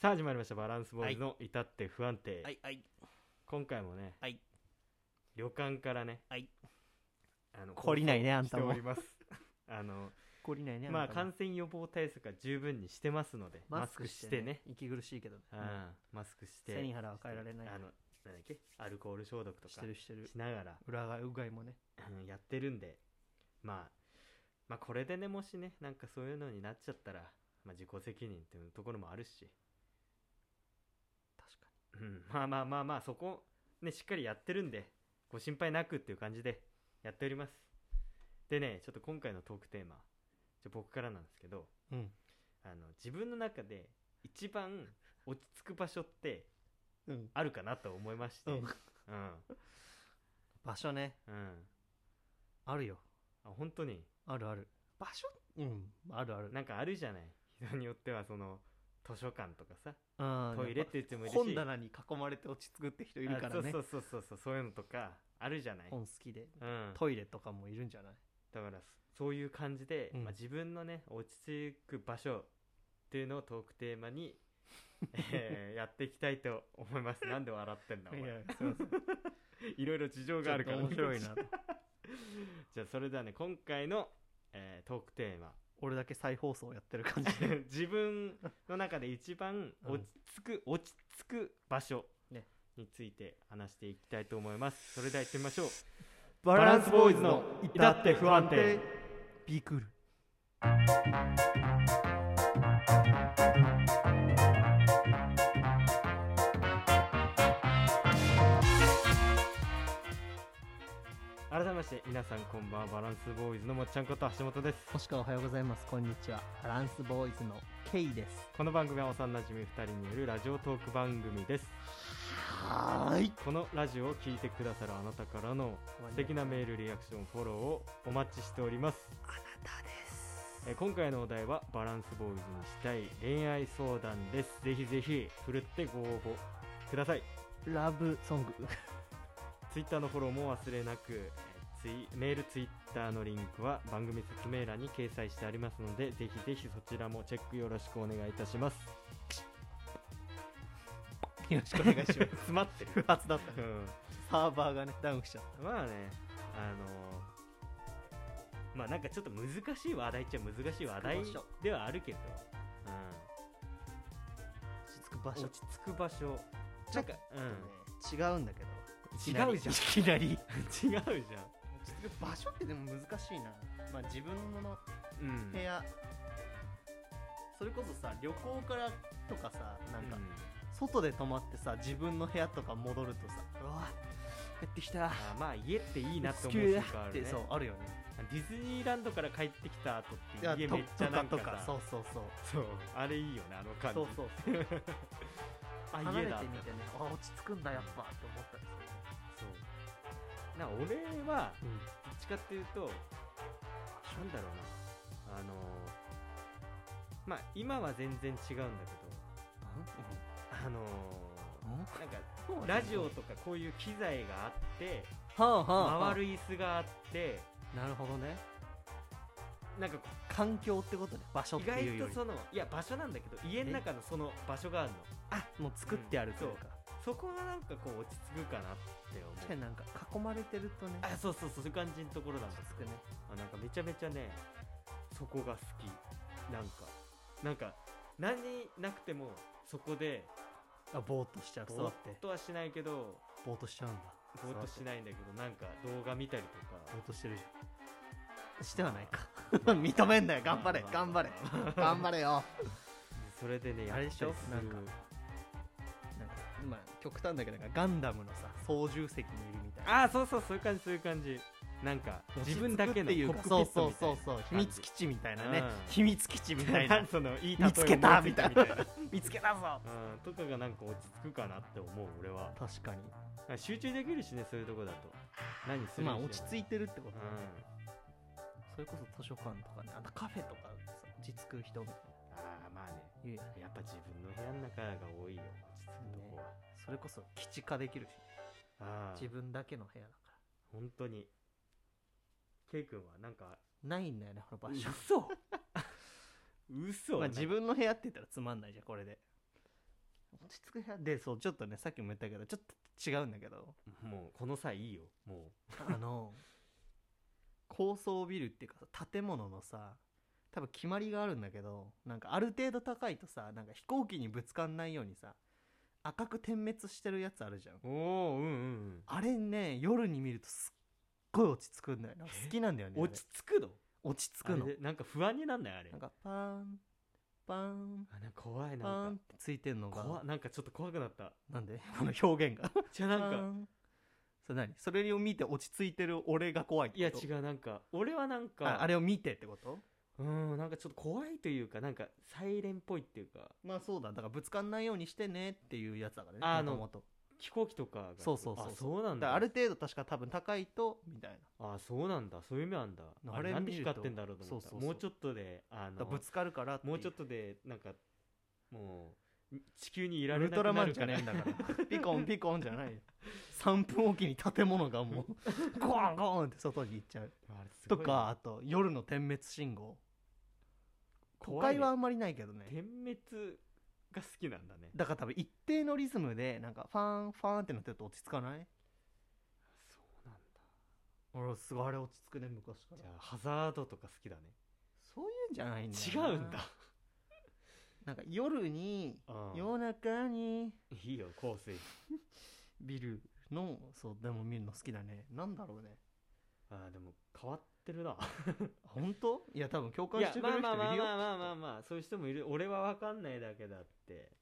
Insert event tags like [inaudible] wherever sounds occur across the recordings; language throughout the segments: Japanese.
さあ始まりました「バランスボーイズの至って不安定」はいはい今回もね、はい旅館からね、はいあの懲りないねあんた放も送しておりま [laughs] すあの懲りないねまあんたも感染予防対策は十分にしてますのでマスクしてね息苦しいけどねああマスクして背に腹は変えられないあのなんだっけアルコール消毒としかてるしてるしながら裏がうがいもねうんやってるんで、まあ、まあこれでねもしねなんかそういうのになっちゃったら、まあ、自己責任っていうところもあるし、確かうん、まあまあまあまあそこねしっかりやってるんでご心配なくっていう感じでやっておりますでねちょっと今回のトークテーマじゃ僕からなんですけどにうんあの自分の中で一番落ち着く場所ってうんあるかなと思いましてうんうん、場所ねうんあるよあ本当にあるある場所うんあるあるなんかあるじゃない人によってはその図書館とかさうんトイレって言ってもいるし本棚に囲まれて落ち着くって人いるからあねそうそうそうそうそうそういうのとかあるじゃない、うん、本好きでトイレとかもいるんじゃないだからそういう感じで、うんまあ、自分のね落ち着く場所っていうのをトークテーマ [laughs] に、えーやっていきたいと思いますなんで笑ってんだお前そうそういろいろ事情ちがょあっるかとら面白いなじゃあそれではね今回の、えートークテー [laughs] マ俺だけ再放送やってる感じで自分の中で一番うん落ち着く、落ち着く場所ねについて話していきたいと思いますそれでは行ってみましょうバランスボーイズの至って不安定ビークール改めまして皆さんこんばんはバランスボーイズのもっちゃんこと橋本です星川おはようございますこんにちはバランスボーイズの K ですこの番組は幼馴染み2人によるラジオトーク番組ですはーいこのラジオを聞いてくださるあなたからの素敵なメールリアクションフォローをお待ちしておりますあなたですえー今回のお題はバランスボーイズにしたい恋愛相談ですぜひぜひふるってご応募くださいラブソングツイッターのフォローも忘れなくえーツイメールツイッターのリンクは番組説明欄に掲載してありますのでぜひぜひそちらもチェックよろしくお願いいたします [laughs] よろしくお願いします詰まって不る、発だったうねんサーバーがねダウンしちゃっまあねあのーまあなんかちょっと難しい話題っちゃ難しい話題落ち着く場所ではあるけど、た落ち着く場うん、所落ち着く場所ちょっとね違うんだけど違うじゃんいきなり [laughs] 落うん、違うじゃんち着く場所ってでも難しいなまあ自分のうん部屋、それこそさ旅行からとかさなんか、うん外で泊まってさ自分の部屋とか戻るとさうわ帰ってきたあまあ家っていいなって思う地球瞬だ間あっるてねそうあるよねディズニーランドから帰ってきた後いやって家めっちゃなんかとかさそうそうそうそうあれいいよねあの感じそうそうそうあ離家れてだみてねあ落ち着くんだやっぱって思ったりそうなんか俺はする、どっちかっていうとなんだろうなあのーまあ今は全然違うんだけどあのーなんかうんラジオとかこういう機材があってはあはあはあ回る椅子があってなるほどねなんかこ環境ってことね場所うっ意て外いうよとりそのいや場所なんだけど家の中のその場所があるのあもう作ってあるというか、そこがなんかこう落ち着くかなって思確かうになんか囲まれてるとねあそうそうそうそういう感じのところなん落だち着くねあなんかめちゃめちゃねそこが好きなんかなんか何なくてもそこであぼーっとしちゃうぼー座っってとはしないけどぼーっとしちゃうんだぼーっとしないんだけどなんか動画見たりとかぼーっとしてるじゃんしてはないか [laughs] 認めんなよ頑張れまあ [laughs] 頑張れまあまあ頑張れよそれでねやあっれでしょたりするなんかなんかまあ極端だけどなんかガンダムのさ操縦席にいるみたいなああそうそうそういう感じそういう感じなんか自分だけの落ち着くっていうコかックピそうッそトみたいなうそうそう秘密基地みたいなうねん秘密基地みたいんなか [laughs] そのいい例え見つけた思いみついたたみいたないな [laughs] 見つけたぞうんとかがなんか落ち着くかなって思う俺は確かにあ集中できるしねそういうとこだと何するまあ落ちい着いてるってことうねんそれこそ図書館とかねあとカフェとかさ落ち着く人みたいなああまあね言うよねやっぱ自分の部屋の中が多いよ落ち着くとこは、それこそ基地化できるしねああ自分だけの部屋だか本当に K 君はなんからないんだよねこの [laughs] 場所嘘嘘まあ自分の部屋って言ったらつまんないじゃんこれで落ち着く部屋でそうちょっとねさっきも言ったけどちょっと違うんだけどもうこの際いいよもあの高層ビルっていうかさ建物のさ多分決まりがあるんだけどなんかある程度高いとさなんか飛行機にぶつかんないようにさ赤く点滅してるやつあるじゃんうおおうんうんあれね夜に見るとすっごい落ち着くんだよな好きなんだよねあれ落ち着くの落ち着くのあれでなんか不安になんないあれなんかパーンパーンあなんか怖いパーなンっんかてついてんのが怖なんかちょっと怖くなったなんで [laughs] この表現がじゃあ [laughs] なんパかーンそれ何それを見て落ち着いてる俺が怖いっていやこと違うなんか俺はなんかああれを見てってことうんなんかちょっと怖いというかなんかサイレンっぽいっていうかまあそうだだからぶつかんないようにしてねっていうやつだからねあもともあと飛行機とかがそうそうそうあそうなんだだからある程度確か多分高いとみたいなあそうなんだそういう夢なんだなあれあれなんで見ると光ってんだろうと思ったそうそうそうもうちょっとであだからのぶつかるからっていもうちょっとでなんかもう地球にいらウれルなトくラなマンるじかゃねらえんだからピコンピコンじゃないよ3分おきに建物がもうゴーンゴーンって外に行っちゃうあれすごといなかあと夜の点滅信号都怖い会ねはあんまりないけどね点滅が好きなんだねだから多分一定のリズムでなんかファンファンってなってると落ち着かないそうなんだ俺すごいあれ落ち着くね昔かじゃあハザードとか好きだねそういうんじゃないんだ違よなうんだなんか夜にうん夜中にいいよ香水ビルのそうでも見るの好きだねなんだろうねあーでも変わってるなあ本当いや多分共い感しやてくれまあるま人あいるよまあまあまあまあ、まあ、きっとそういう人もいる俺は分かんないだけだって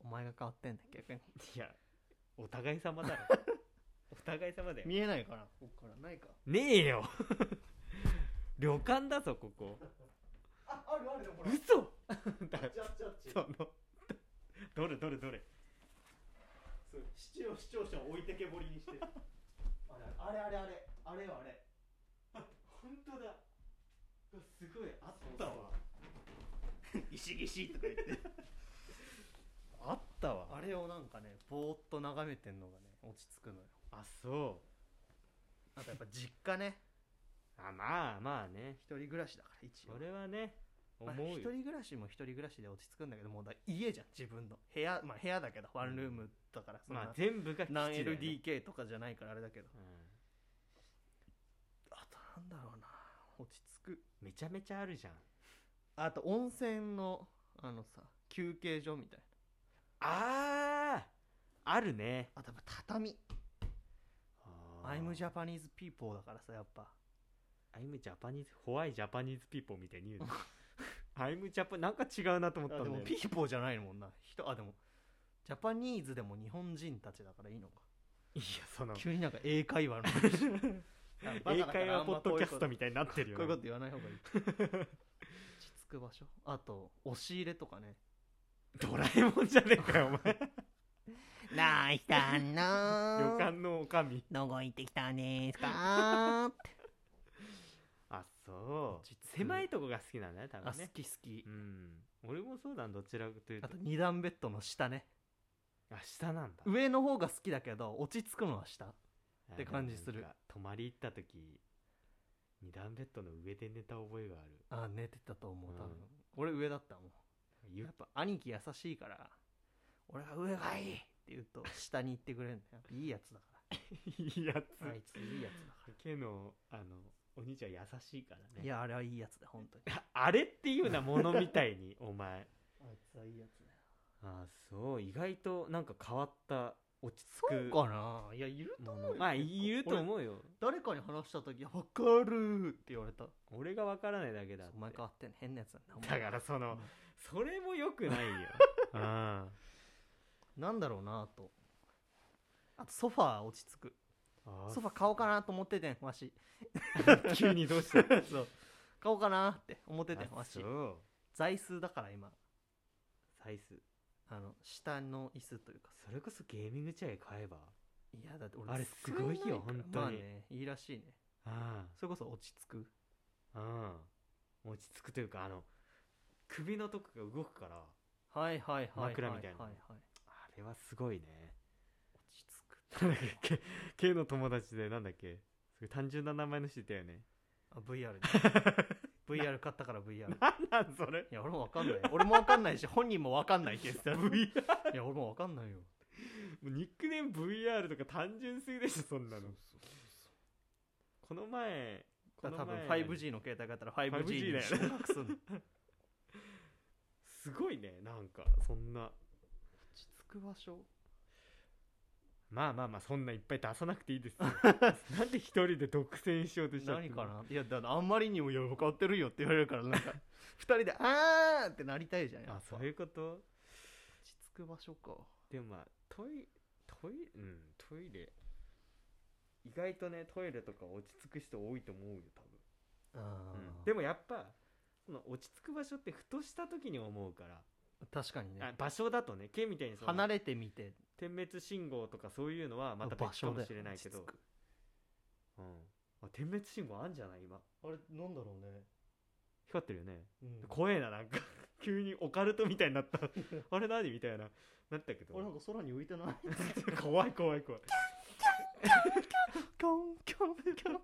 お前が変わってんだ逆にいやお互い様 [laughs] だよお互い様だよ見えないからこっからないかねえよ [laughs] 旅館だぞここああるあるよほ嘘 [laughs] だチャッチャッチそのどれどれどれ視聴視聴者を置いてけぼりにしてあれあれあれあれあれよあれ本当だうわすごいあったわ [laughs] ギシギシとか言ってあったわあれをなんかねぼーっと眺めてんのがね落ち着くのよあそあとやっぱ実家ねうあまあまあね一人暮らしだから一応それはね思まあうよ、一人暮らしも一人暮らしで落ち着くんだけどもうだ家じゃん自分の部屋まあ部屋だけどワンルームだからそんまな、あ全部が基地だよ何ね LDK とかじゃないからあれだけどうあとなんだろうな落ち着くんめちゃめちゃあるじゃんあと温泉のあのさ休憩所みたいなあーあるねあとやっぱ畳あアイムジャパパニーズピーポーだからさやっぱアイムジャパニーズホワイジャパニーズピーポーみたいに言う [laughs] のアイムジャパなんか違うなと思ったんだあでよもねピ [laughs] ーポーじゃないもんな人あでもジャパニーズでも日本人たちだからいいのかいやその急になんか英会 [laughs] 話の話なんかバ英カだから会話ポッドキャストあんまこういうことみたいになってるよこういうねこと言わない方がいい落ち着く場 [laughs] 所あと押し入れとかねドラえもんじゃねえかよお前 [laughs] ナイスだ [laughs] 旅の館のおかみどこ行ってきたんですかあそう落ち着く狭いとこが好きなんだね多あ分好ねき好きうん俺もそうだなどちらかというあとと二段ベッドの下ねあ下なんだ上の方が好きだけど落ち着くのは下って感じする泊まり行った時二段ベッドの上で寝た覚えがあるあ寝てたと思う多分、うん俺上だったもんゆやっぱ兄貴優しいから俺は上がいいって言うと下に行ってくれるん [laughs] だよいいやつだかいいやつらあいついいやつだかけのあのお兄ちゃん優しいかららねいやあれはいいやつだ本当に [laughs] あれっていうなものみたい [laughs] にお前あいつはいいやつだあそう意外となんか変わった落ち着そくうかないやいるとも思うのよまあ結構いると俺思うよ誰かに話した時「いやわかる!」って言われた俺がわからないだけだってお前変わってん変なやつなんだお前だからそのそれもよくないよ [laughs] うんなんだろうなとあとソファー落ち着くあソファー買おうかなと思っててんわし [laughs] 急にどう [laughs] したそう買おうかなって思っててんあわしそう座椅子だから今サイズあの下の椅子というかそれこそゲーミングチェア買えばいやだってあれすごいよ座れない本当にからまあねいいらしいねあそれこそ落ち着くあうん落ち着くというかあの首のとこが動くからはいはいはいはい枕みたいなはいはいあれはすごいね落ち着くなんだっけ K [laughs] の友達でなんだっけすごい単純な名前の人いたよねあ VR で VR 買ったから VR いなんそれや俺もわかんないよ俺もわかんないし本人もわかんないって言ってた [laughs] VR いや俺もわかんないよもうニックネーム VR とか単純すぎでしょそんなのこの前こだからの多分前 5G の携帯があったら 5G に 5G だよね昇格するのすごいねなんかそんな落ち着く場所まあまあまあそんないっぱい出さなくていいですよ [laughs] なんで一人で独占しようとしちゃって何んのかないやだからあんまりにも「いや分かってるよ」って言われるからなんか二人で「あー!」ってなりたいじゃんやっあぱそういうこと落ち着く場所かでもまあトイトイうんトイレ意外とねトイレとか落ち着く人多いと思うよ多分あうんででもやっぱその落ち着く場所ってふとした時に思うから、確かにあね場所だとね毛みたいにその離れてみて点滅信号とかそういうのはまた場別か所もでしれないけど落ち着く、うん、あ点滅信号あんじゃない今あれなんだろうね、光ってるよね、うん、怖えななんか [laughs] 急にオカルトみたいになった [laughs] あれ何みたいななったけど俺なんか空に浮いてない [laughs] 怖い怖い怖いキョンキョンキョン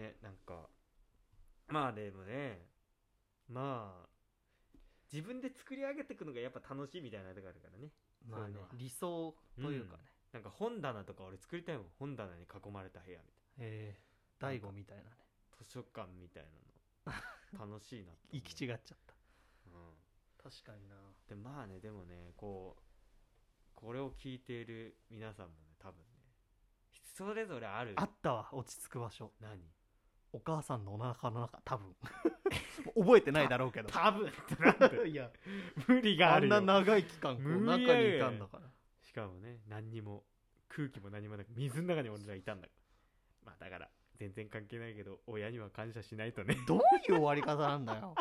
ねなんかまあでもねまあ自分で作り上げていくのがやっぱ楽しいみたいなとこあるからねまあねそういうのは理想というかね、なんか本棚とか俺作りたいもん本棚に囲まれた部屋みたいえー、大悟みたいなねな図書館みたいなの楽しいなと思う [laughs] 行き違っちゃったうん確かになでまあねでもねこうこれを聞いている皆さんもね多分ねそれぞれあるあったわ落ち着く場所何お母さんのお腹の中多分 [laughs] 覚えてないだろうけど多 [laughs] 分ってなんでいや無理がああるんよな長い期間こう無理中にいやりたんだからしかもね何にも空気も何もなく水の中に俺らいたんだからまあだから全然関係ないけど親には感謝しないとねどういう終わり方なんだよ